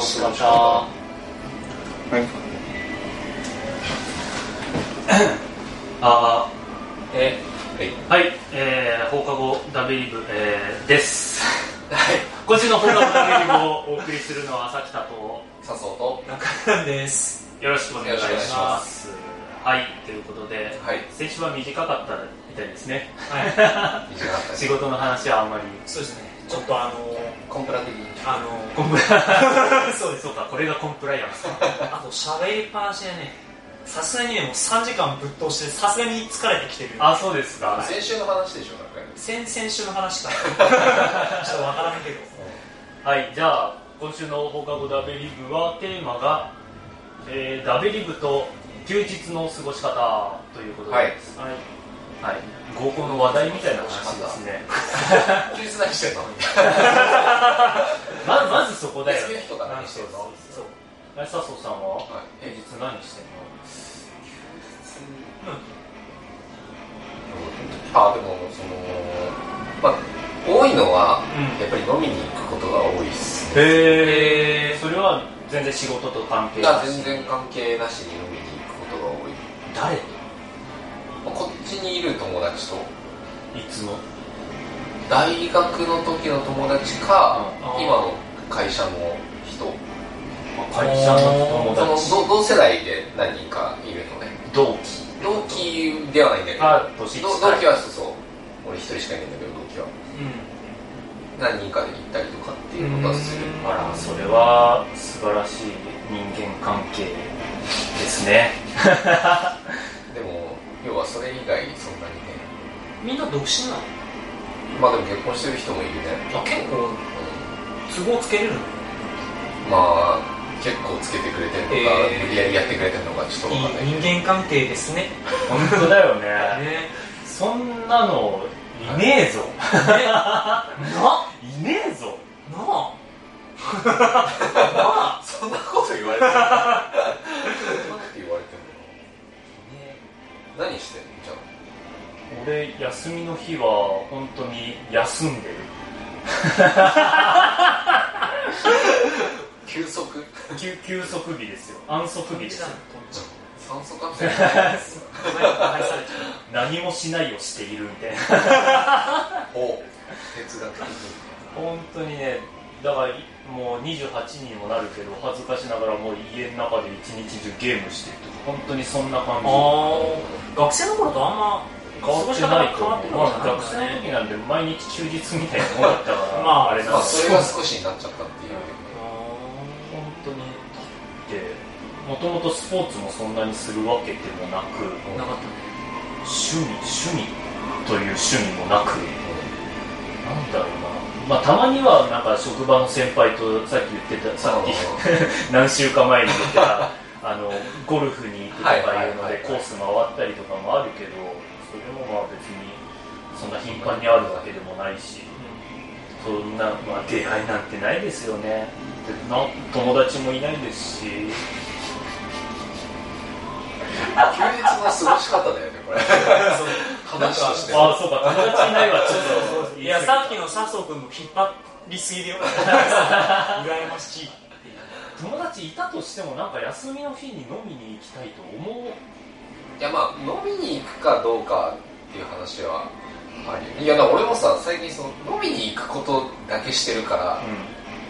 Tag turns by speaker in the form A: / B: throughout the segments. A: し方
B: はい
C: あーえ
B: はい
C: はい、えー、放課後ダメリブ、えー、です。
A: はい
C: 今週の放課後ダメリブをお送りするのは浅北と、
B: 笹生と
A: 中田です
C: よろしくお願いし
B: よろ
C: ま
B: しく
C: す。
B: お願いしま
C: はい、ということで、
B: はい
C: 先週は短かったみたいですね。
A: はい
B: 短かったです
C: 仕事の話はあんまり。
A: そうですねちょっとあの
B: コンプラ的に
A: あの
C: コンプラ
A: そうです
C: そうか、これがコンプライアンスか。
A: あと喋りっぱなしでねさすがにねもう3時間ぶっ通してさすがに疲れてきてる
C: あ、そうですか。
B: 先週の話でしょなんか
A: 先々週の話かちょっとわからんけど
C: はい、じゃあ今週の放課後ダベリブはテーマが、えーダベリブと休日の過ごし方ということです。はい。はい。合コンの話題みたいな話ですね。
B: 休日何してんの
C: まずまずそこだよ
B: 休み
C: ね
B: の日とか何してんの
C: そうそうそうえ笹生さんは
B: はい
C: 平日何してんの？
B: あでもそのまあ多いのは
C: うん
B: やっぱり飲みに行くことが多いっすね
C: へえ。それは全然仕事と関係
B: が
C: なし。
B: 全然関係なしに飲みに行くことが多
C: 誰？
B: い、
C: い
B: まあこっちにいる友達と
C: つも。
B: 大学の時の友達か
C: うん
A: あー
B: 今の会社の人
C: まあ会社の友
B: そ
C: 達。
B: の同同世代で何人かいるのね
C: 同期。
B: 同期ではないんだけど
C: あ年近
B: 同
C: い
B: 同期はそうそう俺一人しかいないんだけど同期は
A: う
B: 何人かで行ったりとかっていうことはする
C: あら、それは素晴らしい人間関係ですね。
B: でも要はそれ以外そんなにね
A: んみんな独身なの
B: まあでも結婚してる人もいるね、
A: あ結構
B: う
A: 都合つけれるの
B: ん、まあ結構つけてくれてるのか、
A: えー
B: 無理やりやってくれてるのかちょっとわかんない
A: いい人間関係ですね
C: 本当だよね。
A: ね
C: そんなのいねえぞ。
A: なない
C: ねえぞ。
A: あなあ
B: そんなこと言われてるそんなこと言われて も何してんのじゃ
C: 俺休みの日は本当に休んでる。
B: あ休息
C: 休休息日ですよ。安息日ですよ。
B: 酸素カプセルはい
C: 何もしないをしているみたいな。
B: お哲学的
C: 本当にね。だからいもう28にもなるけど恥ずかしながらもう家の中で一日中ゲームしてるとか本当にそんな感じ
A: あー学生の頃とあんま
C: 変わってないと思う、
A: 変
C: ま
A: わって
C: あ、
A: ない
C: 学生の時なんで毎日休日みたいなもんだったから
A: まあ
C: あれなん
B: まあ
C: です
B: そ
C: け
B: れ
C: ど
B: が
C: 本
B: 少しになっちゃったっていう
C: 当にだってもともとスポーツもそんなにするわけでもなく
A: なかったね
C: 趣味趣味という趣味もなくなんだろうなまあたまにはなんか職場の先輩とさっき言ってた さっき何週間前に言ってたあのゴルフに行くとかいうの
B: はいはいはいは
C: で
B: い
C: コース回ったりとかもあるけどそれもまあ別にそんな頻繁にあるわけでもないしそんな、まあ、出会いなんてないですよねでな友達もいないですし
B: 休日の過ごし方だよねこれ話として
C: ああそうか友達いないはちょっと
A: いやさっき
C: の
A: の笹生君も引っ張りすぎだよ羨ましい
C: 友達いたとしてもなんか休みの日に飲みに行きたいと思う
B: いやまあ飲みに行くかどうかっていう話はあるよねいやだから俺もさ最近その飲みに行くことだけしてるから、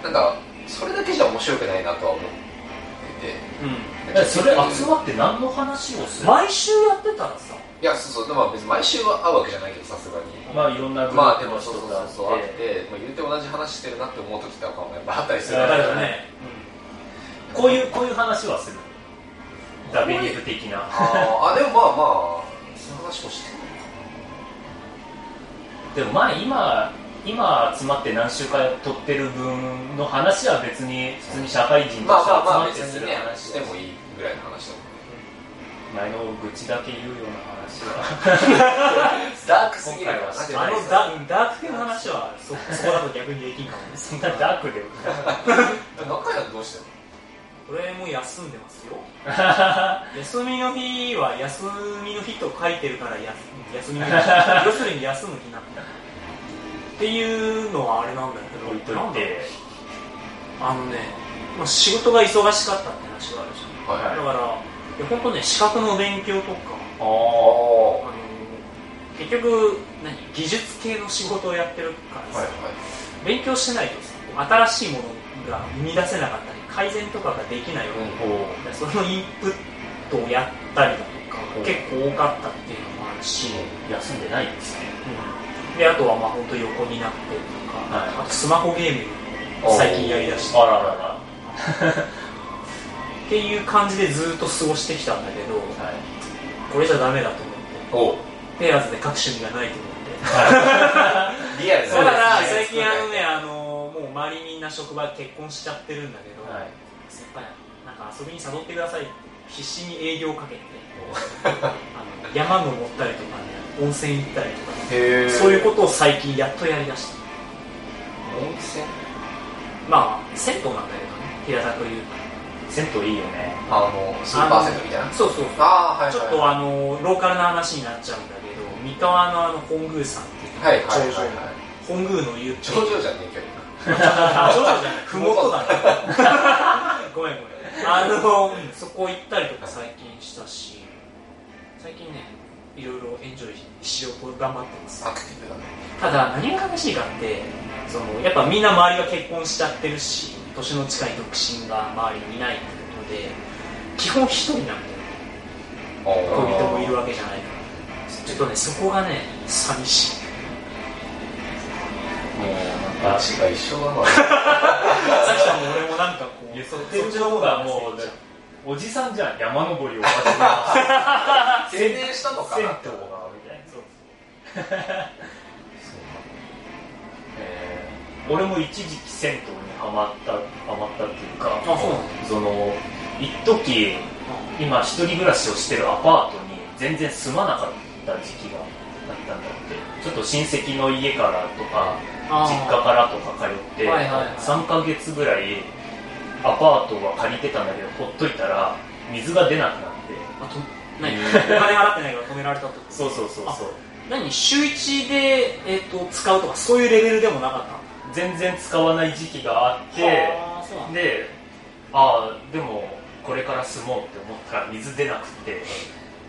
B: なんかそれだけじゃ面白くないなとは思って
A: うん
C: だ
B: て
C: からそれ集
B: い
C: まって何の話をする
A: 毎週やってたらさ
B: やそうそうでも別に毎週は会うわけじゃないけどさすがに
C: まあいろんなグル
B: ま
C: ー
B: あで
C: プ
B: も
C: の
B: そ
C: 人
B: うそう
C: があ
B: そうそうあっ
C: って
B: て、まあ、言うて同じ話してるなって思う時とかもやっぱあったりする
C: わかるよ
A: ね
C: こういうこういう話はするダビリブ的な
B: あーあでもまあまあその話もしてる
C: でもまあ今今集まって何週間撮ってる分の話は別に普通に社会人として集
B: まあまあま
C: ま
B: あ
C: っ
B: 別
C: てす
B: に
C: る
B: ね
C: 話
B: してもいいぐらいの話だもん
C: 前の愚痴だけ言うような話は
B: ダークすぎるから
C: 今回
A: あ
C: は
A: のダダーク系の話はそそこだと逆にできんかもね
C: そんなダークで
B: 中井はどうしてる
A: 俺も休んでます よ休みの日は休みの日と書いてるからやす休み の日要するに休む日なんだっていうのはあれなんだけど
C: 置いと
A: ないんだろう
C: て
A: あのねまあ、仕事が忙しかったって話が
B: は
A: あるじ
B: い
A: ゃ
C: は
A: ん、
C: い
A: だからいや本当ね資格の勉強とか
C: あ
A: あの結局何技術系の仕事をやってるからさ、
C: はい
A: 勉強してないとさ新しいものが生み出せなかったり改善とかができないわけ、
C: ーお
A: でそのインプットをやったりだとか
C: うん
A: 結構多かったっていうのもあるし、
C: ー休んでないですね
A: であとはまあ本当横になってとか、
C: はい
A: あとスマホゲームを最近やりだして
C: あらららは
A: っていう感じでずっと過ごしてきたんだけど
C: い
A: これじゃダメだと思っ
B: おう
A: てペアーズで書く趣味がないと思って
B: リアルな
A: だから
B: リアル
A: 最
B: ですね
A: 近あのねあのもう周りみんな職場結婚しちゃってるんだけど、
C: はい
A: 先輩なんか遊びに誘ってくださいって必死に営業をかけてあの山登ったりとかね温泉行ったりとかね
B: へー
A: そういうことを最近やっとやりだした
B: 温泉
A: まあ銭湯なんだけどね平たく言うと
C: 銭湯いいよね
B: あのスーパー銭湯みたいな
A: そうそう
B: ああはいはい
A: ちょっとあのローカルな話になっちゃうんだけど三河のあの本宮さんっていう、
B: はいはいはい
A: 頂上
B: は
A: 本宮の 湯
B: い頂上じゃねえけど
A: 頂上じゃないふもとだな ごめんごめんあのうんそこ行ったりとか最近したし最近ねいろいろエンジョイしようと頑張ってます
B: アクティブだね
A: ただ何が悲しいかってそのやっぱみんな周りが結婚しちゃってるし年の近い独身が周りにいないってことで基本一人なんだよ恋人もいるわけじゃないからちょっとねそこがね寂しい
C: もう
B: あ
C: なん
B: あ
C: か
B: 足が一緒だな
A: さっきさんも俺もなんかこう
C: そっちの方がもうねおじさんじゃん山登りを始めました
B: 宣伝したのか
C: 銭湯
B: な
C: がみたいな
A: そう
C: えー俺も一時期銭湯にハマったハマったっていうか
A: あそ
C: そ
A: うなの
C: の一時今一人暮らしをしてるアパートに全然住まなかった時期があったんだってちょっと親戚の家からとか
A: あー
C: 実家からとか通って、
A: はいはいはい
C: 3ヶ月ぐらいアパートは借りてたんだけどほっといたら水が出なくなって
A: あと何お金払ってないから止められたってこと
C: そうそうそうそう
A: 何週一で、えー、と使うとかそういうレベルでもなかったの
C: 全然使わない時期があって
A: はあそうなんだ
C: でああでもこれから住もうって思ったら水出なくて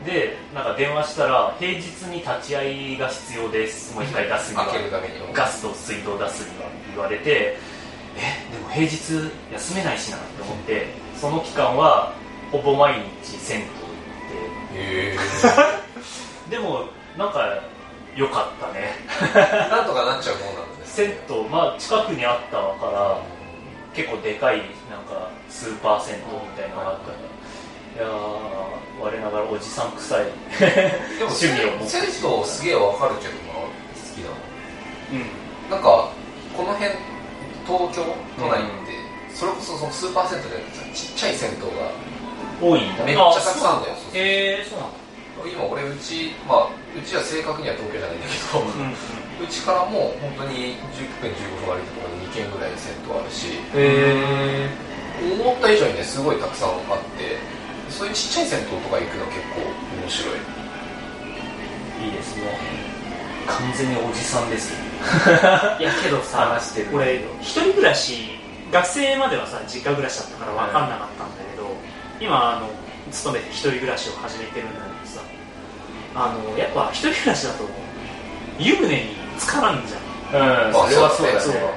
C: でなんか電話したら平日に立ち会いが必要ですもう一回出すには
B: 開けるために
C: ガスと水道出すには言われてえでも平日休めないしなって思ってその期間はほぼ毎日銭湯行っ
B: へえ
C: てでもなんか良かったね
B: なんとかなっちゃうもんなんです
C: 銭
B: ね
C: 湯まあ近くにあったから結構でかいなんかスーパー銭湯みたいなのがあったから、いやー我ながらおじさん臭い
B: でも
C: 趣味を持って
B: 銭湯すげえわかるけどな好きだ
A: うん
B: ななんかこの辺東京都内って、それこそそのスーパー銭湯じゃなくてちっちゃい銭湯が
C: 多いんだ
B: めっ
C: ね
B: ちゃたくさんあるんだよ
A: へえそうなんだ
B: 今俺うちまあうちは正確には東京じゃないんだけど、
A: うんうん
B: うちからもう本当に10分15分歩いたところに2軒ぐらい銭湯あるし
A: へ
B: 思った以上にねすごいたくさんあってそういうちっちゃい銭湯とか行くの結構面白い
C: いいですね完全におじさんですよ
A: えいやけどさ
C: 話してる
A: 俺一人暮らし学生まではさ実家暮らしだったから分かんなかったんだけど、今あの勤めて一人暮らしを始めてるんだけどさあのやっぱ一人暮らしだと湯船に浸からんじゃん
C: うんそれはそうだね
B: そうだね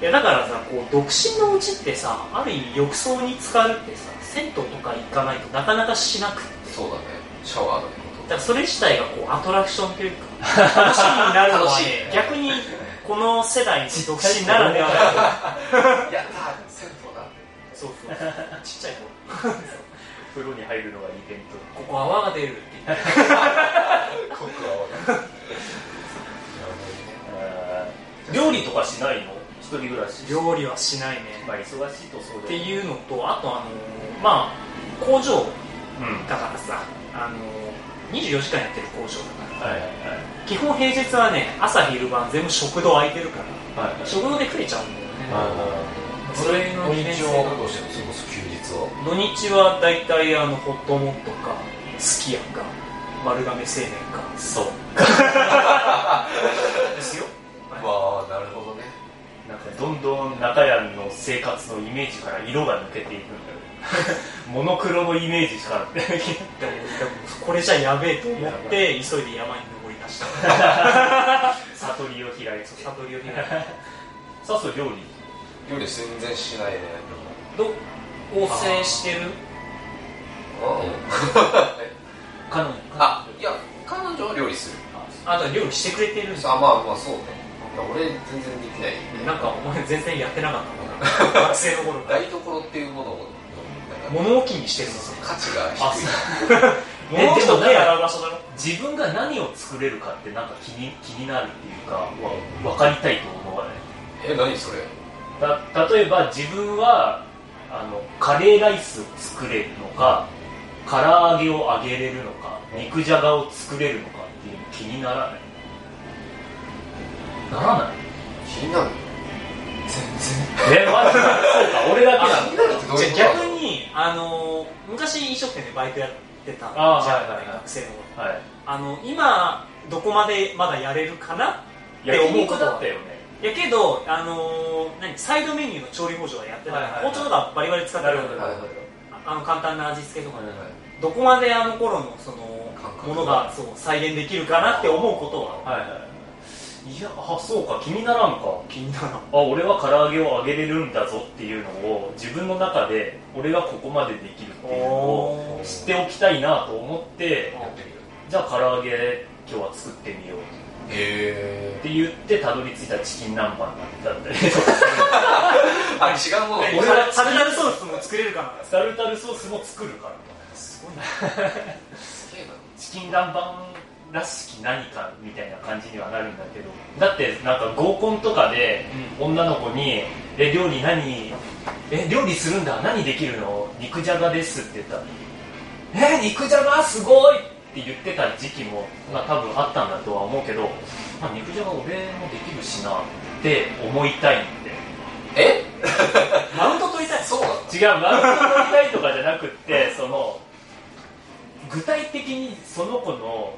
A: いやだからさこう独身のうちってさある意味浴槽に浸かるってさ銭湯とか行かないとなかなかしなくて
B: そうだねシャワーのこと
A: だからそれ自体がこうアトラクションというか楽しみになるのは
B: 楽
A: ね
B: しい
A: 逆にこの世代の独身ならではだ
B: やったー銭湯だ
A: とそうそう ちっちゃい子
C: 風呂に入るのがイベント
A: ここ泡が出るって言って
B: コクは 分かる
C: 料理とかしないの一人暮らし
A: 料理はしないね
C: まあ忙しいとそう
A: っ
C: だ
A: て
C: よね
A: いうのとあとあのまあ工場
C: うん
A: だからさあの24時間やってる工場だから
C: はいはい
A: 基本平日はね朝昼晩全部食堂空いてるから
C: はいはい
A: 食堂で食えちゃうんだよね、そ
B: そ
A: れ
B: れ
A: の
B: の
A: 利便
B: 日
A: 性
B: 曜
A: が
B: はどうしてもそれこそ休日を
A: 土日は大体あのホットモットかすき家か丸亀製麺か
C: そう
A: ですよ、はい
B: わあなるほどね
C: なんかどんどん中谷の生活のイメージから色が抜け ていくんだよモノクロのイメージしか
A: でもこれじゃやべえと思って急いで山に登り出した
C: 悟りを開いてさ
A: 悟りを開いて
C: っそ料理
B: 料理全然しないね
A: ど合成してる
C: 彼女
B: あいや彼女は料理する
A: あと料理してくれてるんです
B: あまあまあそうねいや俺全然できない
A: なんかお前全然やってなかったもんな学生の頃から
B: 台所っていうものをなんか
A: 物置にしてるのそ
B: 価値が
C: あ
B: 低い
A: れえでも手洗う場所だろ
C: 自分が何を作れるかってなんか気に気になるっていうかわ分かりたいと思わない
B: え何それ
C: た例えば自分はあのカレーライスを作れるのか唐揚げを揚げれるのか肉じゃがを作れるのかっていうの気にならないならない
B: 気になる
C: えマジかそうか俺だけな
B: 気になるってどういうこと
A: じゃあ逆にあの昔飲食店でバイトやってたじ
C: あー
A: ゃ
C: はいはい
A: ない
C: はい
A: 学生の頃
C: のはい
A: あの今どこまでまだやれるかなって
C: 焼
A: 思うこ
C: 肉
A: と
C: だ
A: は
C: ったよね
A: やけど、あのー何サイドメニューの調理法上はやってたから、
C: はいはいはい
A: 包丁とかバリバリ使ってた
C: な
A: か
C: る
A: ら
C: ほどなるほど
A: あの簡単な味付けとか、
C: はいはい
A: どこまであの頃のその
B: 感覚
A: ものがそう再現できるかなって思うことは
C: はいはいいやあそうか気にならんか
A: 気になる
C: あ俺は唐揚げを揚げれるんだぞっていうのを自分の中で俺がここまでできるっていうのを
A: おー
C: 知っておきたいなと思って
B: やってみる
C: じゃあ唐揚げ今日は作ってみようっ
B: へえ
C: て言ってたどり着いたチキン南蛮だったり
B: あ違うもの
A: 俺
C: 俺は
A: はタルタルソースも作れるかな
C: タルタルソースも作るから
A: すごいな
B: すげえな
C: チキン南蛮らしき何かみたいな感じにはなるんだけどだってなんか合コンとかで女の子に「え料理何え料理するんだ何できるの肉じゃがです」って言ったら「え肉じゃがすごい!」って言ってた時期も、まあ、多分あったんだとは思うけど、まあ、肉じゃが俺もできるしなって思いたいって
B: え
A: マウント取りたい
B: そうなの
C: 違うマウント取りたいとかじゃなくってその具体的にその子の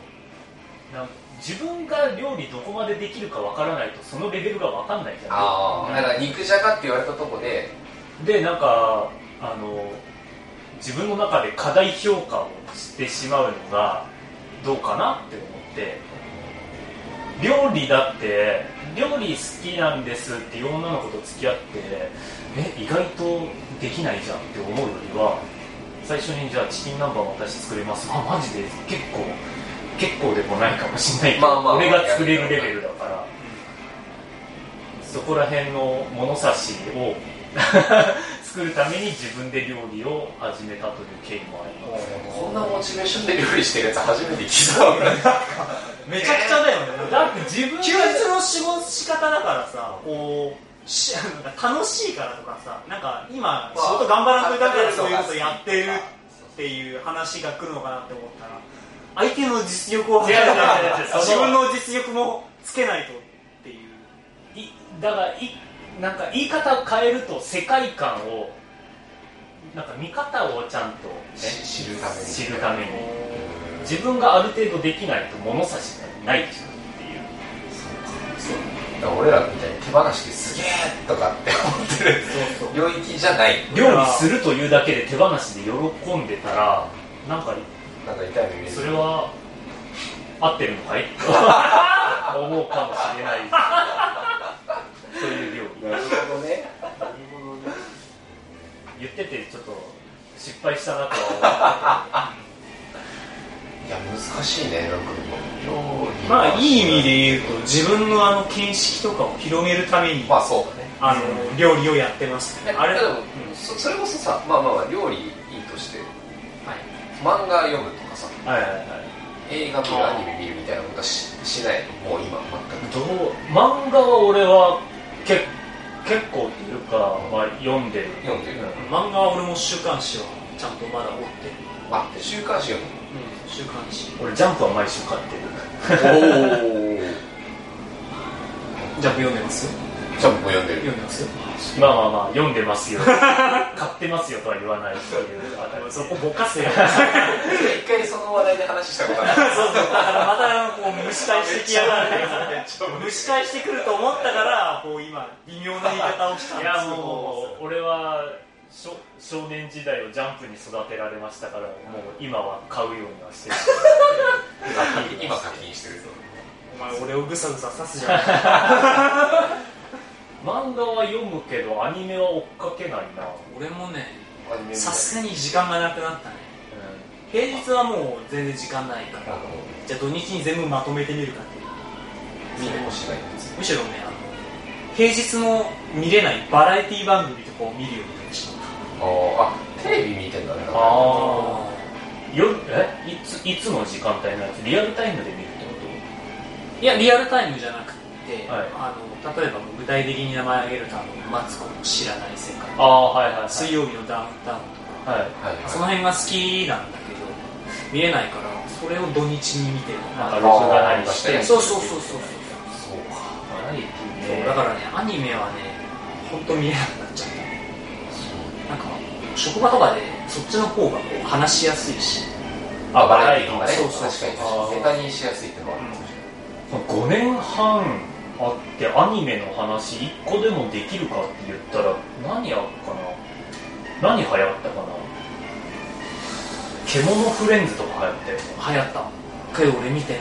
C: なん自分が料理どこまでできるかわからないとそのレベルがわかんないじゃ
B: ああだから肉じゃがって言われたとこで
C: んでなんかあの自分の中で過大評価をしてしまうのがどうかなって思って料理だって料理好きなんですっていう女の子と付き合ってえ意外とできないじゃんって思うよりは最初にじゃあチキン南蛮私作れますあマジで結構結構でもないかもしれないけど、
B: まあまあ
C: 俺が作れるレベルだからそこら辺の物差し を作るために自分で料理を始めたという経緯もあります
B: こんなモチベーションで料理してるやつ初めて聞いたわ
A: めちゃくちゃだよね、
C: だって自分で
A: 休日の仕事仕方だからさこうしなんか楽しいからとかさなんか今仕事頑張らんといたからそういうことやってるっていう話が来るのかなって思ったら相手の実力を測らなきゃ
C: いやいやいやいや
A: 自分の実力もつけないとっていう
C: いだからいなんか言い方を変えると世界観をなんか見方をちゃんと、ね、
B: し知るために
C: 知るために自分がある程度できないと物差しがないじゃんっていう
B: だから俺らみたいに手放してすげえとかって思ってる
A: そう
B: 領域じゃない
C: 料理するというだけで手放しで喜んでたらなんか
B: なんか痛い目見え
C: それ
B: る
C: は合ってるのかいと思うかもしれないそういう料理
B: なるほどね
C: 言っててちょっと失敗したなとは思う
B: いや難しいねなんかもう料理
A: まあいい意味で言うと自分のあの見識とかを広めるために、
B: まあそうだね
A: あの料理をやってます
B: え
A: あれ
B: でも、
A: うん
B: そそれこそさまあまあまあ料理いいとして
A: はい
B: 漫画読むとかさ
C: けどはいはいはい
B: 映画見るアニメ見るみたいなことはししないもう今全く
C: どう漫画は俺はけ結構っていうか、まあ、読んでる
B: 読んでる
A: 漫画は俺も週刊誌はちゃんとまだ追ってる、
B: あ週刊誌読む
A: うん、週刊誌
C: うん俺ジャンプは毎週買ってる
B: おお
A: ジャンプ読んでます
B: ジャンプも読んでる
A: 読んでますよ
C: まあまあまあ読んで ますよ買ってますよとは言わないっていうあたり
A: そこぼかせよ
B: 一回その話題で話したことある
A: そうそうだからまたこう蒸し返してきやがる蒸し返してくると思ったからこう今微妙な言い方をしたん
C: い
A: です
C: や
A: けど
C: もう俺は少少年時代をジャンプに育てられましたからもう今は買うようにはして る
B: 今課金してると
A: お前俺をぐさぐさ刺すじゃん
C: 漫画は読むけどアニメは追っかけないな、
A: 俺もね
B: アニメみたい
A: さすがに時間がなくなったね平日はもう全然時間ないからじゃあ土日に全部まとめてみるかって
B: 見れもしないんですよ
A: むしろねあの平日の見れないバラエティ番組とかを見るようになってしまった
B: ああテレビ見てんだねなんか
C: ああ夜えいついつの時間帯なんですリアルタイムで見るってこ
A: いやリアルタイムじゃなくて、
C: はい
A: あの例えばもう具体的に名前挙げるとあの「マツコの知らない世界」
C: とああはいはいはい
A: 水曜日のダウンタウン」とか、
C: はい
B: はいはい
A: その辺が好きなんだけど見れないからそれを土日に見てる
C: なんか録画なりして
B: あー
A: そうそうそうそうそ
B: そう
A: う
B: か
C: バラエティね
A: そうだからねアニメはね本当見れなくなっちゃったなんか職場とかでそっちの方がこう話しやすいし
C: あバラエティ
B: が
C: ね
B: ね
A: そう
B: 確
A: そう
B: かに確かにネタにしやすいってのはある
C: 5
B: かもし
C: 年半あってアニメの話1個でもできるかって言ったら何やっかな何流行ったかな獣フレンズとか流行って
A: 流行ったけど俺見てない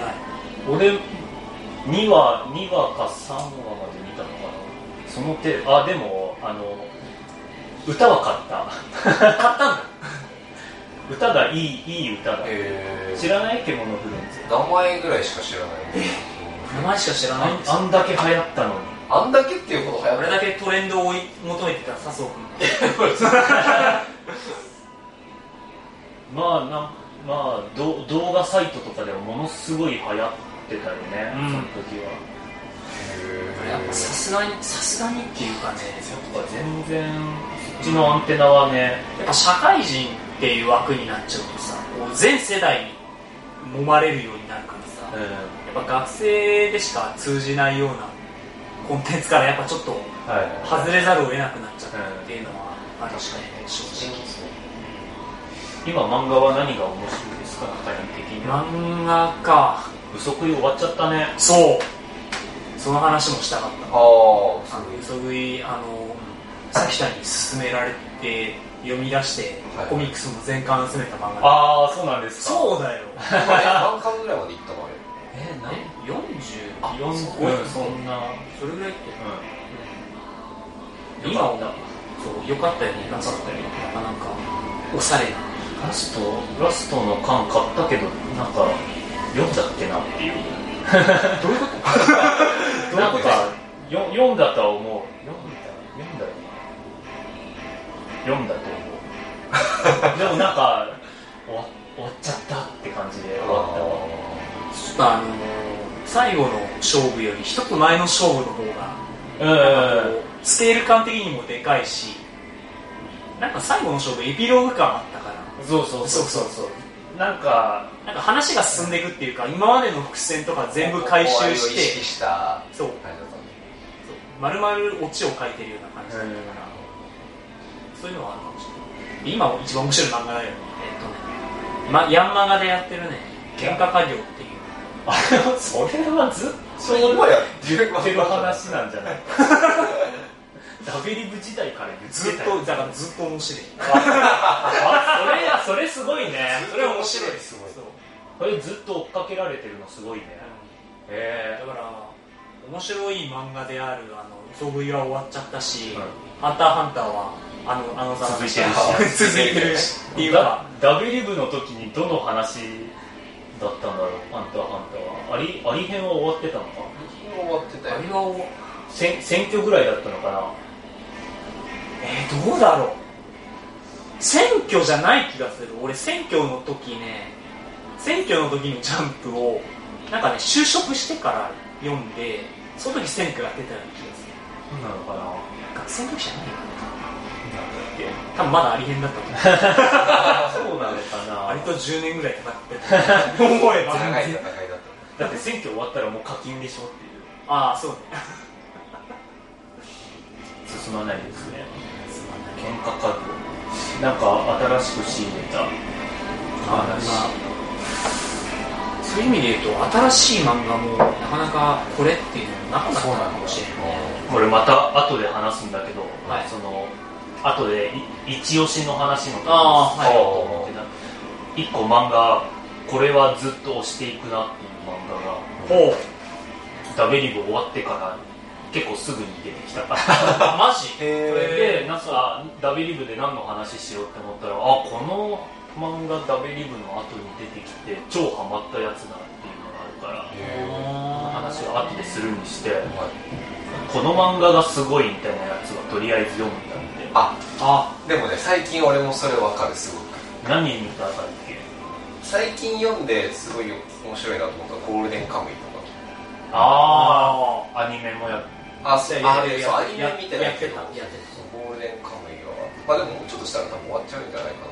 C: 俺2話2話か3話まで見たのかなその手あでもあの歌は買った買ったんだ歌がいいいい歌だ
B: れないへ
C: 知
B: え
C: らない獣フレンズ
B: 名前ぐらいしか知らない
A: 名前しか知らないんです
C: あ
A: よ
C: あんだけ流行ったのに
B: あんだけっていうほど流行
A: あ
B: ら
A: れ
B: ない
A: だけトレンドを追い求めてた笹生君
C: まあなんまあど動画サイトとかでもものすごい流行ってたよね、
A: うん
C: その時は
A: やっぱさすがにさすがにっていうかね
C: やっぱ全然そっちのアンテナはね、
A: やっぱ社会人っていう枠になっちゃうとさこう全世代に揉まれるようになるからさ
C: うん
A: やっぱ学生でしか通じないようなコンテンツからやっぱちょっと
C: はい
A: 外れざるを得なくなっちゃったっていうのはあるしね正直
C: 今漫画は何が面白いですか二人的には
A: 漫画か
C: 不足い終わっちゃったね
A: そうその話もしたかっ
B: ああ
A: たあの嘘食いあの咲田に勧められて読み出して、
B: はい
A: コミックスも全巻集めた漫画
C: ああそうなんですかう
A: そうだよ
B: 何巻ぐらいまでいったのあれ
C: え
A: え
C: 何
A: 40
C: 四
A: そ
C: そ,、
A: う
C: うん、そんな、うん、
A: それぐらいって今
C: よかっ
A: そうよかったよねなかったよねなんかおしゃれな
C: たラストラストの缶買ったけどなんか読んだっけなっていう
A: どういうこと
C: なんかよ読んだとは思う読んだ読んだよな読んだと思うでもなんか終わ終わっちゃったって感じで終わったわ
A: ちょっとあの最後の勝負より一つ前の勝負の方が
C: うん
A: スケール感的にもでかいしなんか最後の勝負エピローグ感あったから
C: そうそうそう
A: そうそう
C: なんか
A: なんか話が進んでいくっていうか今までの伏線とか全部回収
B: 終わりを
A: し
B: 意識
A: て
B: した
A: そう
B: あれだったね
A: 丸々オチを書いてるような感じだったからそういうのはあるかもしれない今一番面白い漫画だよねえっとね、ま、ヤンマガでやってるね「喧嘩家業」っていう
C: あれはそれはずっ
B: それ今や
C: と言ってる話なんじゃ ないかダベリブ時代から言って
A: ずったとだからずっと面白い
C: あそれやそれすごいね
A: それは面白い
B: すごい
A: そう
C: これずっと追っかけられてるのすごいねえ
A: だから面白い漫画である「あの遭遇は終わっちゃったし「
C: はい
A: ハンターハンターは」あのあの
C: 続いてる
B: し
A: 続いてるしっていう
C: ダ
A: か
C: ダブリブの時にどの話だったんだろうハンターハンターはアリアリ編は終わってたのか
B: 終わってたよ
A: あれはお
C: せん選挙ぐらいだったのかな
A: えーどうだろう選挙じゃない気がする俺選挙の時ね選挙の時のジャンプをなんかね就職してから読んでその時選挙やってたような気がする
C: そうなのかななんだ
A: 学生の時じゃないよ
C: っけ
A: 多分まだありへんだったと思う
C: そうなのか
A: 割
C: な
A: と10年ぐらいかか ってた思えば
B: 長い戦いだっ
C: だって選挙終わったらもう課金でしょっていう
A: ああそうね
C: 進まないですね
A: すまない
C: 喧嘩覚悟なんか新しく仕入れた話、
A: まあそういう意味で言うと新しい漫画もなかなかこれっていうのもなかったのかもしれない
C: これまた後で話すんだけど、
A: はい
C: その後でい一押しの話のとこ
A: あーはい
C: ろで1個漫画これはずっと押していくなっていう漫画が
A: ほう
C: ダベリブ終わってから結構すぐに出てきたから
A: マジ
B: へー
C: それでなんかダベリブで何の話しようって思ったらあこの漫画ダベリブの後に出てきて超ハマったやつだっていうのがあるからこの話を後でするにしてこの漫画がすごいみたいなやつはとりあえず読むんだって
B: あ
A: あ
B: でもね最近俺もそれわかるすごく
C: 何見たかっけ
B: 最近読んですごい面白いなと思ったのはゴールデンカムイとか
C: ああアニメもやっ
B: あそう
A: いやい
B: あ
A: やい
B: れ
A: や
B: そうアニメ見てないけど
A: やってたやってた
B: そうゴールデンカムイはまあでもちょっとしたら多分終わっちゃうんじゃないかな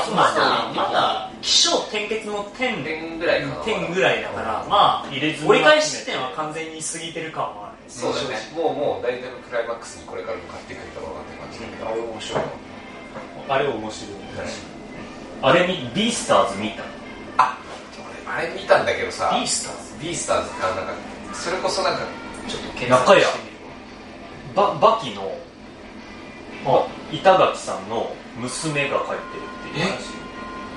B: って感じだ
C: あ
B: けど
A: いやまだまだ起承転結の点
B: 点ぐらいかな
A: 点ぐらいだからまあ
C: 入れずに
A: 折り返し地点は完全に過ぎてる感はある
B: そうだねもうもう大体のクライマックスにこれから向かっていくんだろうなって感じだけどあれ面白いな
C: あれ面白いあれみビースターズ見た
B: あ俺あれ見たんだけどさ
A: ビースターズ
B: ビースターズかなんかそれこそなんか
A: ちょっと検
C: 中
A: 索
C: 屋
A: してみるわ
C: ババキの板垣さんの娘が書いてるっていう話
A: う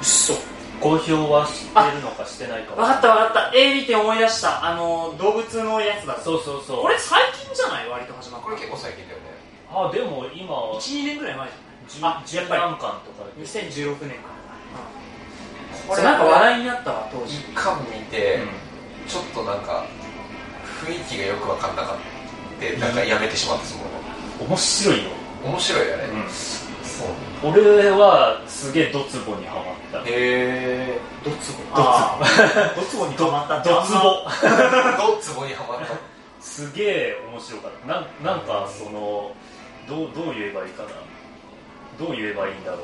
A: っそ
C: 公表はしてるのかしてないか
A: 分かった分かった絵見て思い出したあの動物のやつだ
C: そうそうそう
A: これ最近じゃない割と始まった
B: これ結構最近だよね
C: あでも今
A: 12年ぐらい前
C: 十
A: じゃないあやっ
C: 十
A: ぱり
C: 何巻とかで
A: 2016年から
B: こ
A: こ
B: れ
A: れなんか話題になったわ当時
B: 一巻見て、
C: うん
B: ちょっとなんか雰囲気がよく分かんなかったでなんかやめてしまったその
C: 面白いよ、
B: 面白いよね、
C: うん
B: そう
C: 俺はすげえドツボにハマった
B: へえ
A: ドツボ
C: あ
A: ドツボにハマったって
C: ドツボ
B: どツボにはまった
C: すげえ面白かったなんなんかそのどうどう言えばいいかなどう言えばいいんだろ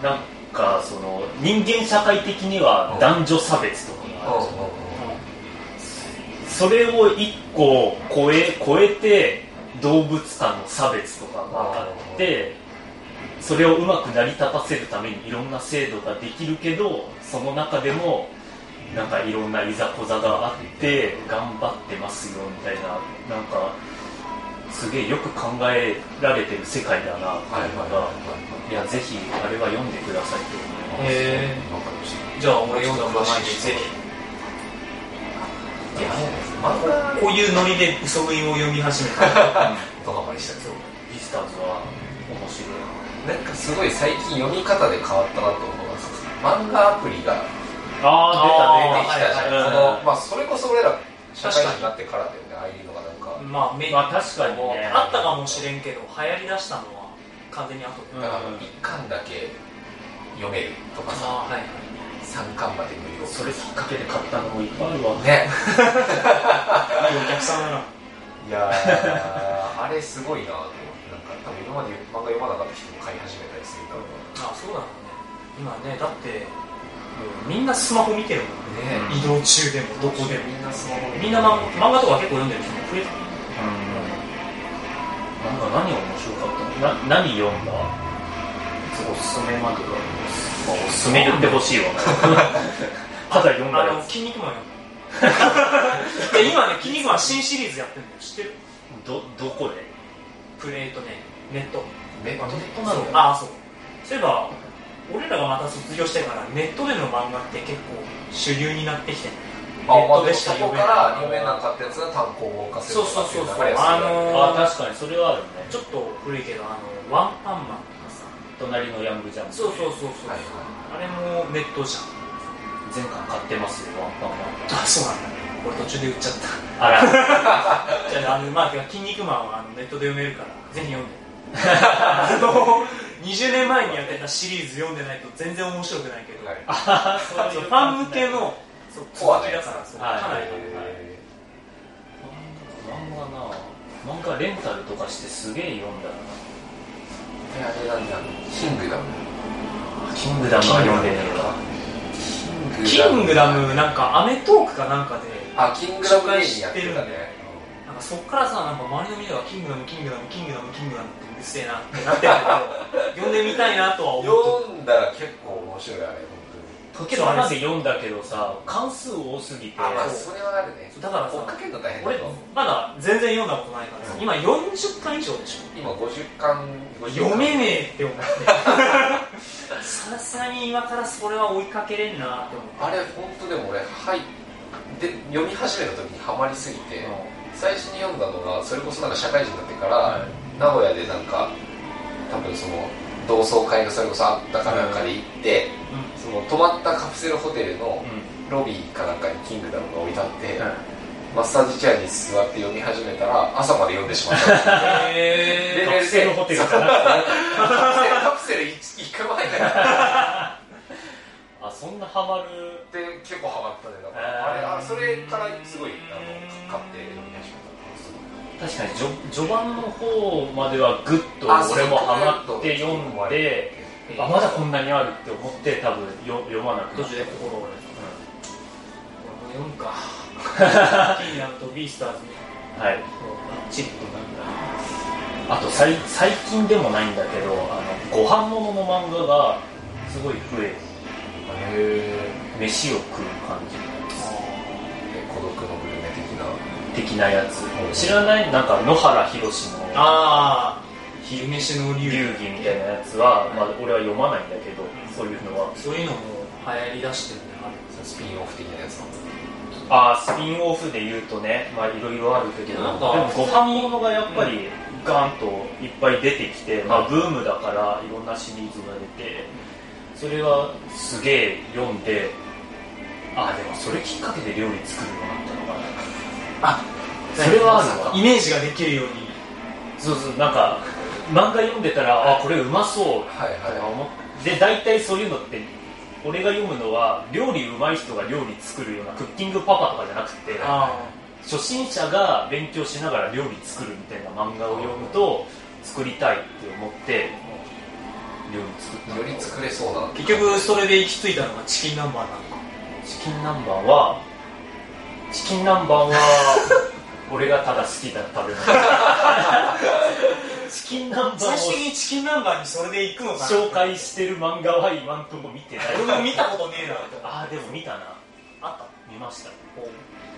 C: うなんかその人間社会的には男女差別とかがあるじゃんそれを一個超え超えて動物間の差別とかがあってそれをうまく成り立たせるためにいろんな制度ができるけどその中でもなんかいろんないざこざがあって頑張ってますよみたいななんかすげえよく考えられてる世界だなって
B: はいはい
C: いう
B: はい
C: の
B: は
C: がいやぜひあれは読んでくださいと思います
A: へ
B: いわかりまし
A: えじゃあ俺読んだことないんで
B: ぜ
A: ぜ
B: たいや漫
A: ひ
B: 画
A: こういうノリで嘘食いを読み始めた
B: ドハマりしたけど
C: ビスターズは面白い
B: なんかすごい最近読み方で変わったなと思うのが漫画アプリが出て
A: あ
B: きたじゃ
C: は
B: ん、
C: いはい
B: このまあ、それこそ俺ら社会人になってからだよねああいうのがなんか、
A: まあ目に
C: まあ確かにね
A: あったかもしれんけど流行りだしたのは完全に後
C: う
A: で
C: ん
B: だから一巻だけ読めるとかさ
A: ああはい
B: 三巻まで無料
C: それきっかけで買ったのもいっぱいあるわ
B: ね
A: いいお客さんだない
B: やーあ れすごいなと思ってなんか多分今まで漫画読まなかった人も買い始めたりするんだろう
A: あそうだろうね今ねだってもうみんなスマホ見てるもんね
B: なね
A: 移動中でもどこでも
B: みんなスマホ
A: みんな漫漫画とか結構読んでる人も増えてる
C: なんか何が面白かったのな何読んだおすすめまでは、まあ、おすすめ言ってほしいわただ読んだ
A: あの
C: やつ
A: 筋肉マン読ん で今ね筋肉マン新シリーズやってるの知ってる
C: どどこで
A: プレートねネット
B: ネット
C: そうなの
A: ああそうそういえば俺らがまた卒業してからネットでの漫画って結構主流になってきてる
B: あ、まあ、
A: ネットでしか
B: そこ
A: 読め
B: か
A: ない
B: ら読めなかったやつが単行本化するとかっていう流れが
A: あ
B: すごいよね
A: の
C: あ
A: ー
C: 確かにそれはあるね
A: ちょっと古いけどあのワンパンマンとかさ
C: 隣のヤングジャンプ
A: そうそうそうそう、
B: はい
A: あれもネットじゃ
C: 前回買ってますよワンパン
A: んあそうなんだ俺途中で売っちゃっ
C: マンあら
A: たじゃああのまあ筋肉マンはあのネットで読めるからぜ ひ読んであの20年前にやってたシリーズ読んでないと全然面白くないけど、
B: はい
A: そうファン向けのそう
B: コアな
A: 続き
B: や
A: だ
B: つ
A: からそう
C: はい
A: かなり
B: へ
C: 漫画な漫画レンタルとかしてすげえ読んだな
B: ーであれなんだキングダム
C: キングダムは読んでねえわ
A: キングダムなんか『アメトーーク』かなんかで
B: あキングダム芸人やってたね
A: なんなんかそっからさなんか周りのみんなが「キングダムキングダムキングダムキングダム」ってうるせえなってなってるけど読んでみたいなとは思う
B: 読んだら結構面白いあれ本
C: 途中まで読んだけどさ関数多すぎて
B: 当にあまあ
C: そう
B: それはあるね
A: だからさ
B: 追っかけるの大変だ
A: 俺
B: と思う
A: まだ全然読んだことないからさ今40巻以上でしょ
B: 今50巻50巻
A: 読めねえって思ってさすがに今からそれは追いかけれんなって思って
B: あれ本当でも俺はいで読み始めた時にハマりすぎて、最初に読んだのがそれこそなんか社会人になってから、
C: は
B: 名古屋でなんか多分その同窓会がそれこそあったかなんかで行って、
A: う
B: その泊まったカプセルホテルの
C: いうん
B: ロビーかなんかにキングダムが置いてあって、
C: はい
B: マッサージチェアに座って読み始めたら朝まで読んでしまったで
A: へ え
C: 学生のホテルじゃなく て
B: カプセル1回前だから
C: あそんなハマる
B: で結構ハマったねだか
C: へー
B: らあれあそれからすごいあの買って読み始めたす
C: 確
B: ごい
C: かに序序盤の方まではグッと
B: あそう
C: 俺もハマって読ん
B: グッと
C: で
A: え
C: あまだこんなにあるって思って多分よ読まなく
A: 途
C: なっ
A: 中
C: て
A: で心折れた
C: う
A: 俺も読むかキングダムとビースターズに
C: んはい
A: チップなんだ
C: あと最最近でもないんだけどあのご飯物の漫画がすごい増え
B: へ
C: 飯を食う感じ
B: え孤独のグルメ的な
C: 的なやつ知らないなんか野原ひろしの
A: ああ昼飯の
C: 流
A: 流
C: 儀みたいなやつは、まあ、俺は読まないんだけどそういうのは
A: そういうのも流行りだしてるねあれ
B: スピンオフ的なやつなんですね
C: あースピンオフで言うとねまあいろいろあるけどで
A: なん
C: も
A: か
C: ご飯物がやっぱりガンといっぱい出てきて、まあ、ブームだからいろんなシリーズが出てそれはすげえ読んであーでもそれきっかけで料理作るようになったのかな
A: あ
C: それはあるわ
A: イメージができるように
C: そうそうなんか漫画読んでたらあこれうまそう
B: はい
C: とか
B: は
C: 思ってで大体そういうのって俺が読むのは料理うまい人が料理作るようなクッキングパパとかじゃなくて
A: あ
C: 初心者が勉強しながら料理作るみたいな漫画を読むと作りたいって思って料理作った
B: いより作れそうな
A: あ結局それで行き着いたのがチキン南蛮なのか
C: チキン南蛮はチキン南蛮 は俺がただ好きな食べ物チキン南蛮
A: 最終的
C: を
A: にチキン南蛮にそれで行くのかな
C: 紹介してる漫画は今んとこ見てない
A: 俺も見たことねえなって思う
C: ああでも見たな
A: あ
C: 見ました
A: ったこ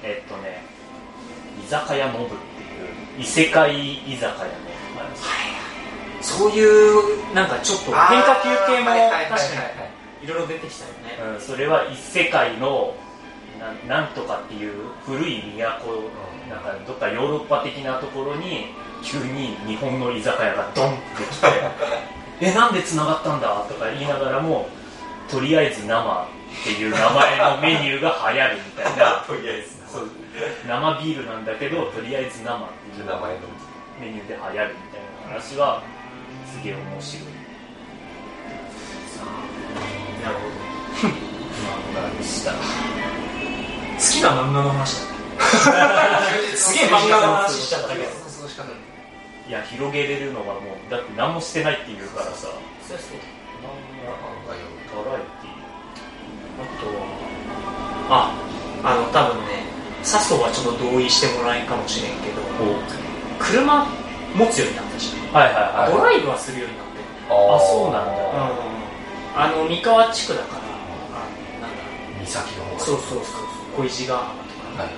C: えっとね居酒屋ノブっていう異世界居酒屋の話
A: うそういうなんかちょっと変化球系も
B: あーはいはいはいはい
A: 確かにいろいろ出てきたよね
C: うん、それは異世界のななんとかっていう古い都なんかどっかヨーロッパ的なところに急に日本の居酒屋がドンってきてえなんで繋がったんだとか言いながらもとりあえず生っていう名前のメニューが流行るみたい な
B: とりあえず
C: そう生ビールなんだけどとりあえず生っていう
B: 名 前の
C: メニューで流行るみたいな話はすげえ面白い漫
A: なるほど
C: 画でした
A: 好きな漫画の話だすげえ漫画の話しちゃったけど
B: そうしかない
C: いや広げれるのがもうだって何もしてないっていうからさ
A: そうそう
B: 漫画読む
C: トライっていう
A: あとはああの多分ね佐藤はちょっと同意してもらえんかもしれんけど車持つようになったし
C: はいはいはい
A: ドライブはするようになって
C: あそうなんだ
A: あの三河地区だからあのなんだ
B: 三崎の方
A: そうそうそうそう小石川とか、
B: はいはい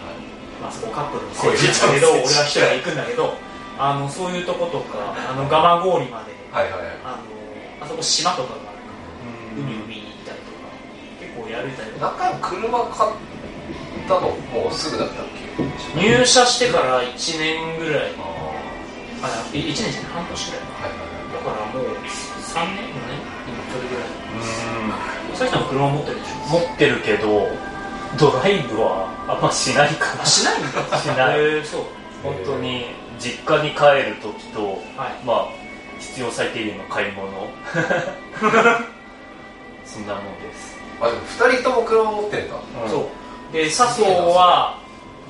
A: まあ、そこカップルの聖地だけど
B: 小
A: 俺
B: 石川の聖地
A: は一人で行くんだけどあのそういうとことかあの蒲郡まで
B: はいはいはい
A: あのあそこ島とかがあるか
C: う
A: ら海を
C: ん
A: 見に行ったりとか結構やるみたいな
B: 中山車買ったのもうすぐだったっけ
A: 入社してから1年ぐらい
B: あ
A: あ1年じゃない半年ぐらい
B: あはいは
A: だからもう3年もね今それぐらい
C: うん
A: さっきの車持ってるでしょ
C: 持ってるけどドライブはあんましないか
A: あ
C: な
A: しないんだ
C: しない
A: へえそう
C: 本当に実家に帰る時と
A: はい
C: まあ必要最低限の買い物 そんなもんです、
B: いあでも二人とも車持ってんだ
A: そうで笹生は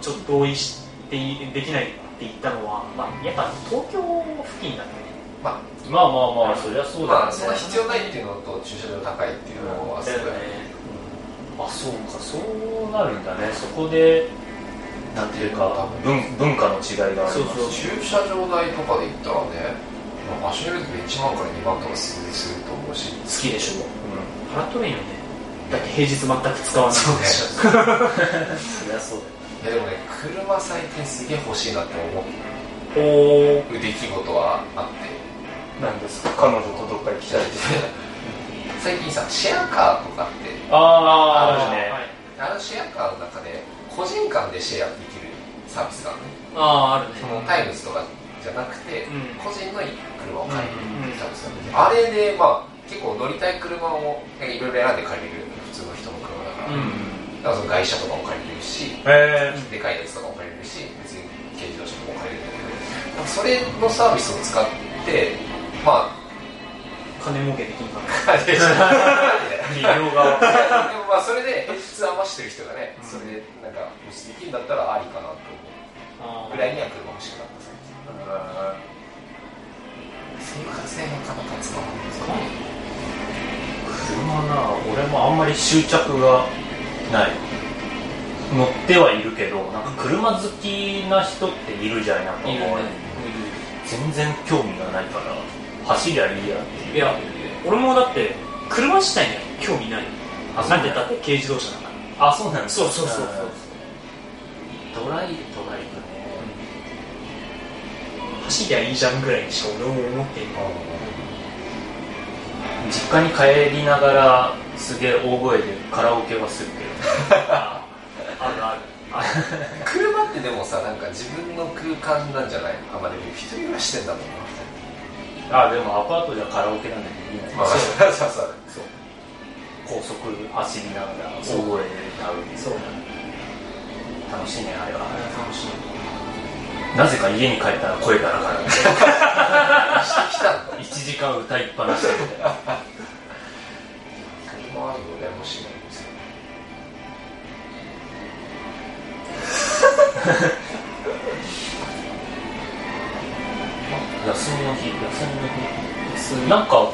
A: ちょっと同意していできないって言ったのは、まあ、やっぱ東京付近だったね
B: ま
C: まあまあまあそりゃ
B: あ
C: そうだよね、
B: まあそんな必要ないっていうのと駐車場高いっていうのはすごい
A: だよね
C: あそうかそうなるんだねそこでなんていうか文文化の違いがあります
A: そう
B: 駐車場代とかで言ったらね、まあ、足の指で1万から2万とかするすると思うし、
A: 好きでしょ
C: う
A: 払っとれんよねだって平日全く使わない
B: そうでしょ
C: んそりゃそうだよ
B: いやでもね、車最近すげえ欲しいなって思
A: おお
B: う出来事はあって、
C: なんですか彼女とどっか行きたいって
B: 最近さ、シェアカーとかって、
C: あーあるね、
A: はい、
B: あのシェアカーの中で、個人間でシェアできるサービスがあるね、
A: あーあるね
B: そのタイムズとかじゃなくて、
A: うん
B: 個人の車を借りる
A: うん
B: サービスがあるねあれで、まあ、結構乗りたい車をいろいろ選んで借りる、普通の人の車だから。
A: うん
B: だからその外車とかも借りれるし、
C: へえ
B: でかいやつとかも借りれるし、別に軽自動車とかも借りれるんだけど、なんかそれのサービスを使って、まあ、
A: 金儲けできんかな
B: 借りれる
C: 企
B: し
C: 業 側
B: でもまあそれで平日余してる人がね、それでなんか、もしできるんだったらありかなと思う
A: あ
B: ぐらいには車欲しくなった最近生活でなかなか使わないですね。
C: 車な俺もあんまり執着がない乗ってはいるけどなんか車好きな人っているじゃんなんか
A: いるね
C: もう全然興味がないから走りゃいいや
A: いるいや俺もだって車自体には興味ない
C: あそう
A: なんでだって軽自動車だから
C: あそうなんです
A: そうそうそう
C: ドライドライブね
A: 走りゃいいじゃんぐらいにしか俺も思っていない
C: 実家に帰りながらすげえ大声でカラオケはするけど
A: あるあるあ
B: 車ってでもさ、なんか自分の空間なんじゃないあ、まあでも一人暮らししてんだもんな、
C: あでもアパートじゃカラオケなんてできない、
B: まあ、そうそうそう。
A: そう
C: 高速走りながら大声で歌う
A: そうな
C: 楽しいねあれ
A: あ
C: は
A: れは楽しい
C: なぜか家に帰ったら声がなかった
B: 来たの
C: 1時間歌いっぱなしでみたいな
B: 車あるよ、羨ましいなんですよ。
C: 休みの日休みの日なんか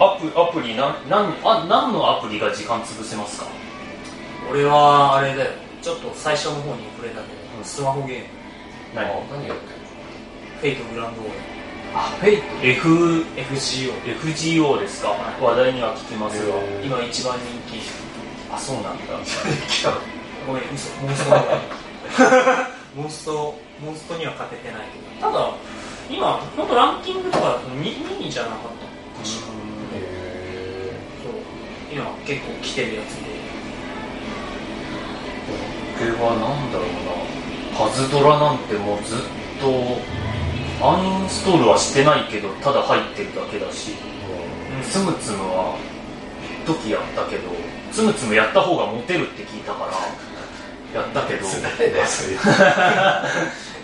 C: アプアプリななんあ何のアプリが時間潰せますか
A: 俺はあれだよちょっと最初の方に触れたけど、
C: うん
A: スマホゲーム
C: 何
B: あ何やってる
A: フェイトグランドオー
C: あフェイト F
A: ダー FGO
C: FGO ですか話題には聞きますが
B: へ
A: 今一番人気
C: あそうなんだ
A: ごめん嘘モンストの方がいいモンストモンストには勝ててないけどただ今本当ランキングとかだと 2, 2位じゃなかった
B: え
A: そう今結構来てるやつで
C: これは何だろうなパズドラなんてもうずっとアンインストールはしてないけどただ入ってるだけだしつむつむは一時やったけどつむつむやった方がモテるって聞いたからやったけど
B: 誰 だよそれ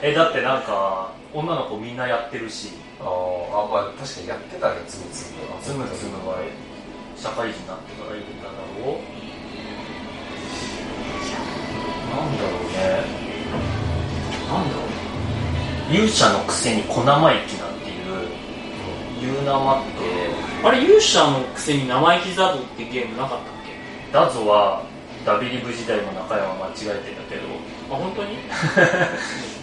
C: えだってなんか女の子みんなやってるし
B: あーあまあ確かにやってたねつむつむは
C: つむつむは社会人になってから入れただろうなんだろうね
A: なんだろう
C: 勇者のくせに小生意気なんていう言うなまって
A: あれ勇者のくせに生意気だぞってゲームなかったっけ
C: ダゾはダビリブ時代の中山間違えてたけど
A: あ本当に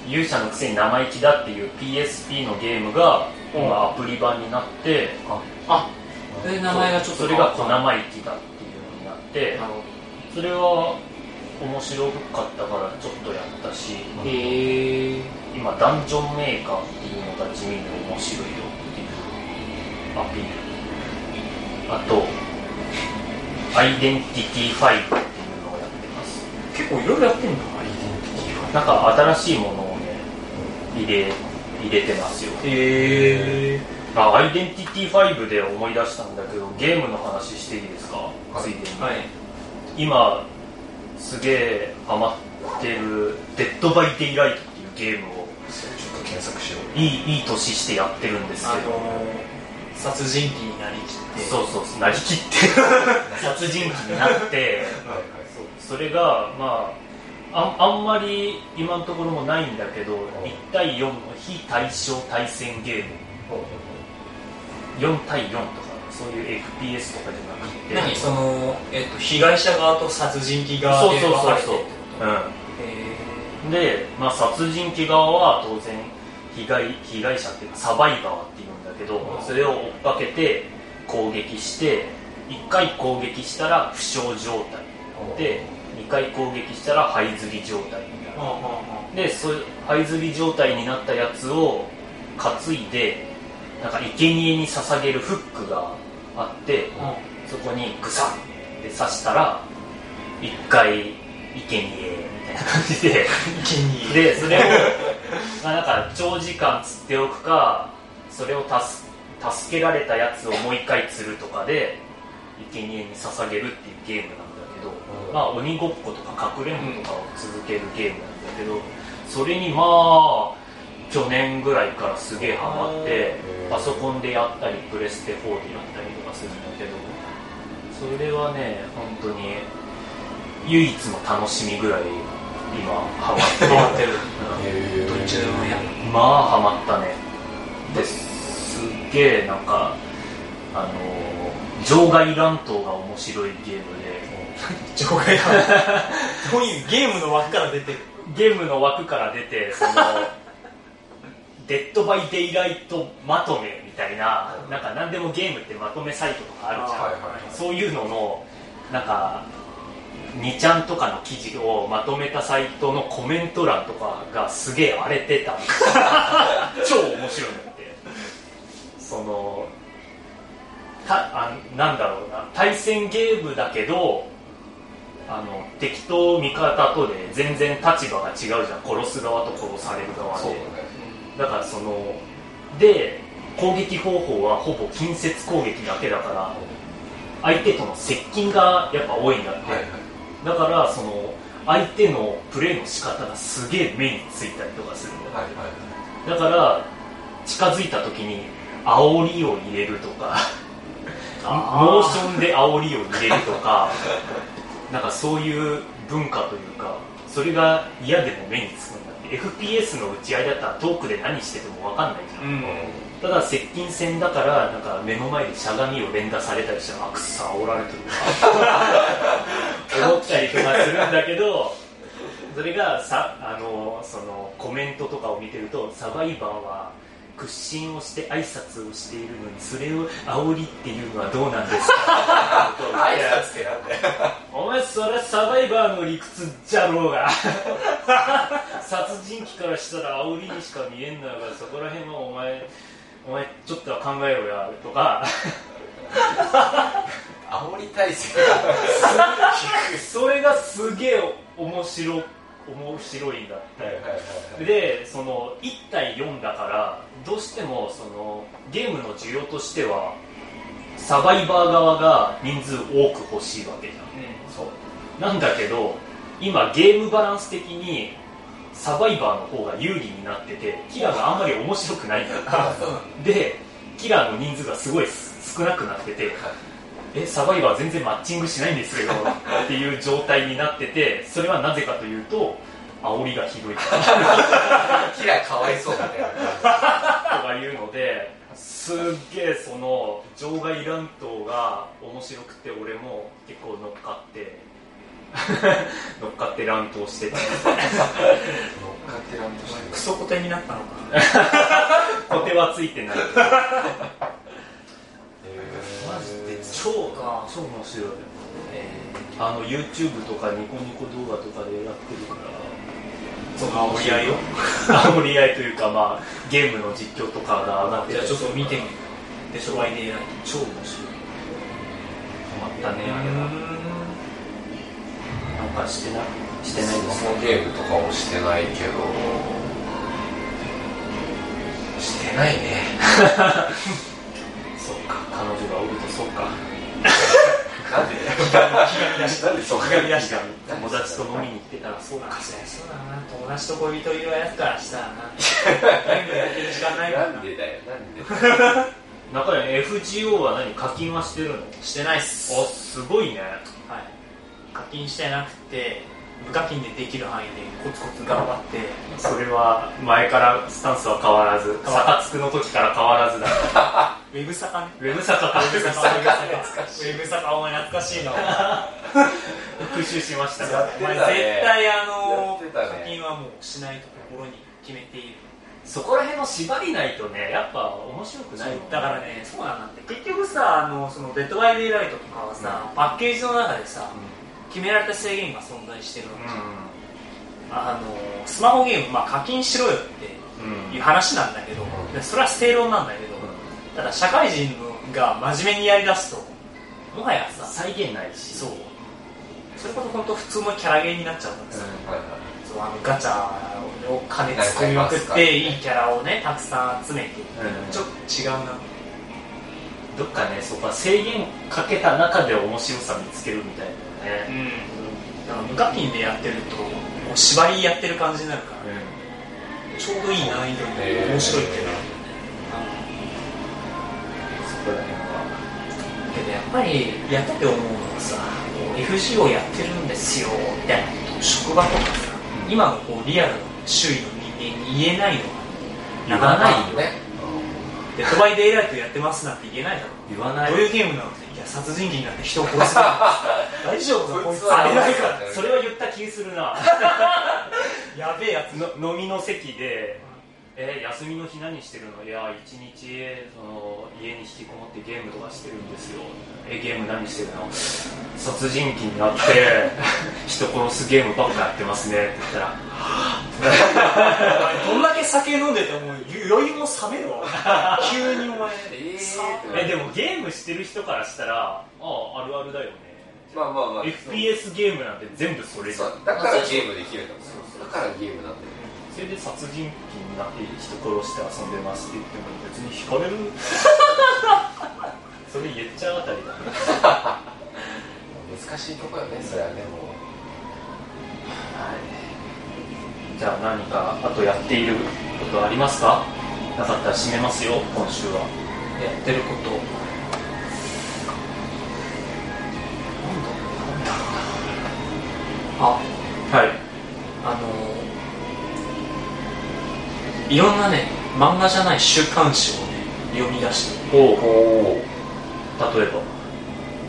C: 勇者のくせに生意気だっていう PSP のゲームが
A: うん
C: 今アプリ版になって
A: あえ名前がちょっと
C: それが小
A: な
C: 生意気だっていうのになって
A: るほ
C: それは面白かったからちょっとやったし
A: どへえ
C: 今ダンジョンメーカーっていうのが地味に面白いよっていうアピールあとアイデンティティ5っていうのをやってます
A: 結構いろいろやってんだあ
C: なんか新しいものをね入れ入れてますよ
A: れへえ
C: あアイデンティティ5で思い出したんだけどゲームの話していいですか、
B: い
C: ついでに、
A: はい
C: 今すげえハマってる「デッド・バイ・デイ・ライト」っていうゲームを
B: ちょっと検索しよう
C: いいいい年してやってるんです
A: あ
C: けど、
A: のー、殺人鬼になりきって
C: そうそうそうなりき って殺人鬼になって
B: はいはい
C: それがまああんあんまり今のところもないんだけど1対4の非対称対戦ゲーム4対4とかそういう FPS とかじゃなくて
A: 何その、えっと被害者側と殺人鬼側
C: そう
A: で
C: そう
A: 分か
C: そう
A: れて
C: そう
A: るってこと
C: うん
A: へ
C: で、まあ、殺人鬼側は当然被害被害者っていうかサバイバーっていうんだけどそれを追っかけて攻撃して1回攻撃したら負傷状態で2回攻撃したら這いずり状態になるでそういう這いずり状態になったやつを担いでなんか生贄に捧げるフックがあって、そこにグサッて刺したら1回生贄みたいな感じで。
A: 生贄で
C: でそれをまあなんか長時間釣っておくかそれを助助けられたやつをもう一回釣るとかで生贄に捧げるっていうゲームなんだけど、
B: うん
C: まあ鬼ごっことかかくれんぼとかを続けるゲームなんだけどそれにまあ去年ぐらいからすげえハマって
B: うん
C: パソコンでやったりプレステ4でやったりとかするんだけどそれはね本当に唯一の楽しみぐらい今ハマってる
A: 回ってる
B: え
A: どっちでもやる
C: まあハマったねですっげえなんかあのー場外乱闘が面白いゲーム
A: 場外だ どういうゲームの枠から出てる
C: でゲームの枠から出て そのデッド・バイ・デイライトまとめみたいななんか何でもゲームってまとめサイトとかあるじゃん、
B: はいはいはい
C: そういうののなんか2ちゃんとかの記事をまとめたサイトのコメント欄とかがすげえ荒れてたんです 超面白いのってそのたあなんだろうな対戦ゲームだけどあの敵と味方とで全然立場が違うじゃん殺す側と殺される側で
B: そうだね
C: だからそので攻撃方法はほぼ近接攻撃だけだから相手との接近がやっぱ多いんだって、
B: はいはい
C: だからその相手のプレーの仕方がすげえ目についたりとかするんだよ、
B: はいはい
C: だから近づいた時に煽りを入れるとかノーションで煽りを入れるとかなんかそういう文化というかそれが嫌でも目につくんだって FPS の打ち合いだったら遠くで何してても分かんないじゃん、
A: うん
C: ただ接近戦だからなんか目の前でしゃがみを連打されたりしたらあくっさ煽られてるな思ったりとかするんだけどそれがさあのそのコメントとかを見てるとサバイバーは屈伸をして挨拶をしているのにそれを煽りっていうのはどうなんですかってことを
B: 挨
C: 言って
B: 拶ってなんだよ
C: お前それサバイバーの理屈じゃろうが 殺人鬼からしたら煽りにしか見えんのやからそこら辺はお前お前ちょっとは考えろやとか
B: 煽り体制
C: それがすげえ面白面白いんだっ
B: がはいはい
C: て
B: はい
C: でその1対4だからどうしてもそのゲームの需要としてはサバイバー側が人数多く欲しいわけじゃんそうなんだけど今ゲームバランス的にサバイバーの方が有利になっててキラがあんまり面白くないんだ ってでキラの人数がすごい少なくなっててえサバイバー全然マッチングしないんですけどっていう状態になっててそれはなぜかというと煽りがひどいから
B: キラかわいそうみたいな
C: とかいうのですっげえその場外乱闘が面白くて俺も結構乗っかって 乗っかって乱闘してた
B: 乗っかってらんとして
A: クソコテになったのか
C: 小手はついてないけどマジで超
A: か
C: 超面白いあの YouTube とかニコニコ動画とかでやってるから
A: その煽り合いを
C: 煽り合いというかまあゲームの実況とかが上がって
A: じゃあちょっと見てみる
C: で
A: で
C: し
A: し
C: ょ
A: ょ
C: ワ
A: ワ
C: イ
A: イ
C: デ
A: デ
C: イ
A: イ
C: ラ
A: ラ
C: イ
A: イ
C: 超面白いハマったねあれはなんかしてなしてないです
B: そのゲームとかもしてないけどしてないね
C: そっか彼女がおるとそっか
B: なんでなんでそこが
A: 出した
C: 友達と飲みに行ってたらそうか
A: そりゃそうだな友達と恋人いるやつか らしたらなゲームやってる時間ないから
B: な
A: なん
B: でだよなんで
C: 中で FGO は何課金はしてるの
A: してないっす
C: あすごいね
A: はい、課金してなくて無課金でできる範囲でコツコツ頑張って
C: それは前からスタンスは変わらず
A: 変わら
C: サカツクの時から変わらずだ
A: ウェブ坂ね
C: ウェブ坂か
A: ウェブ坂ウェブ坂
B: 懐かしい
A: ウェブ坂お前懐かしいな
C: 復習しました
B: やっ
A: お
B: て
A: 前
B: たね
A: 絶対あの
B: やってたね
A: 課金はもうしないと心に決めている
C: そこら辺の縛りないとねやっぱ面白くないもんね
A: だからねそうなんだって結局さあのそのデッド・バイ・デイ・ライトとかはさ、パッケージの中でさ、決められた制限が存在してるわけじゃん、あのスマホゲーム、まあ、課金しろよっ
C: うん、うん
A: ていう話なんだけど、でそれは正論なんだけど、ただ社会人が真面目にやりだすともはやさ
C: 再現ないし
A: そうそれこそ本当普通のキャラゲーになっちゃうんですよ、
B: はいはい
A: そうあのガチャを金作りまくっていいキャラをねたくさん集めて、
C: うん
A: ちょっと違うな
C: どっかねそこは制限かけた中で面白さ見つけるみたいな
A: う
C: ね、
A: んだから無課金でやってるとこう縛りやってる感じになるから、ちょうどいい難易度で面白いっていうのはあるよね
C: そこら辺は
A: けどやっぱりやってて思うのがさこう FGO やってるんですよみたいなことを職場とかさ今のこうリアルの周囲の人間に言えない
C: 言
A: のが
C: わないよ
B: ね
A: デッドバイデイライトやってますなんて言えないだろ
C: 言わない
A: どういうゲームなのっていや殺人鬼になって人を殺すから 大丈夫だこ
B: こ
A: い
B: い
A: つ
B: つ
A: は
B: は
A: 危ないか
C: それは言った気するな
A: らやべえや つ
C: の飲みの席でえ休みの日何してるのいや一日その家に引きこもってゲームとかしてるんですよえゲーム何してるの殺人鬼になって 人殺すゲームばっかやってますねって言ったら
A: どんだけ酒飲んでても余裕も冷めるわ 急にお前
B: えー
A: さ
B: って
C: えでもゲームしてる人からしたらあああるあるだよね
B: まあまあまあ
C: FPS ゲームなんて全部それじゃ
B: そ
C: ん
B: うだからゲームできるんだもんだからゲームなんだよ
C: それで殺人鬼になって人殺して遊んでますって言っても別に惹か れるそれ言っちゃうあたりだね
B: 難しいとこよねそれはねも
C: はいじゃあ何かあとやっていることありますかなかったら締めますよ今週は
A: やってることなんだろうな
C: はい
A: ああのいろんなね漫画じゃない週刊誌をね読み出して
C: お
B: うおお
C: 例えば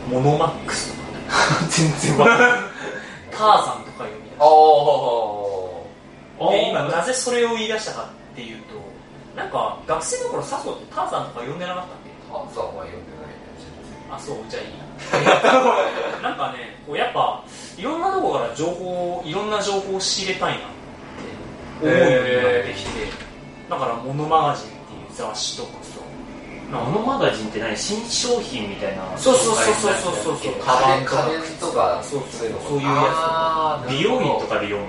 A: モノマックスとかね
C: 全然わかんない
A: ターザンとか読み出して
B: お
A: で今なぜそれを言い出したかっていうとなんか学生の頃佐藤ってターザンとか読んでなかったっけ
B: パンツはお前読んでないね全
A: あそうじゃあいい なんかねこうやっぱいろんなとこから情報をいろんな情報を仕入れたいなって思うようになってきて、だから「モノマガジン」っていう雑誌とかさ
C: あ のマガジンって何新商品みたいな
A: そうそうそうそうそう
C: 紹介みた
A: そう
C: いなやつだっ
A: カバン
B: 然
A: とか
B: 家電とか
A: そうそう
B: の
A: そういうやつとか
B: あ
C: け
B: ー
C: 美容院と
B: なる
C: かで読む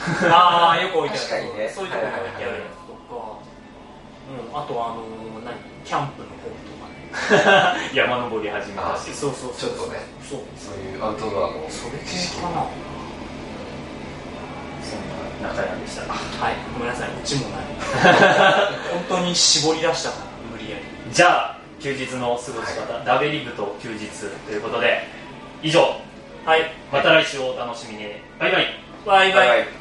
C: わ
A: ああよく置いてあ
B: 確か
A: る
B: にね
A: そういうとこに置いてあるやつとか、うん、あとはあのー何キャンプの本とかね
C: 山登り始めた
B: あ
C: し
A: そうそうそ
B: ち
A: う
B: ょっとね
A: そ
B: ほ
A: う
B: どそういうアウトドアの
A: それ系かな
C: そんな中山でした
A: はいごめんなさいうちもない 本当に絞り出したから無理やり
C: じゃあ休日の過ごし方、ダベリブと休日ということで以上
A: はい
C: また来週をお楽しみにバイバイ
A: バイバイ
B: はい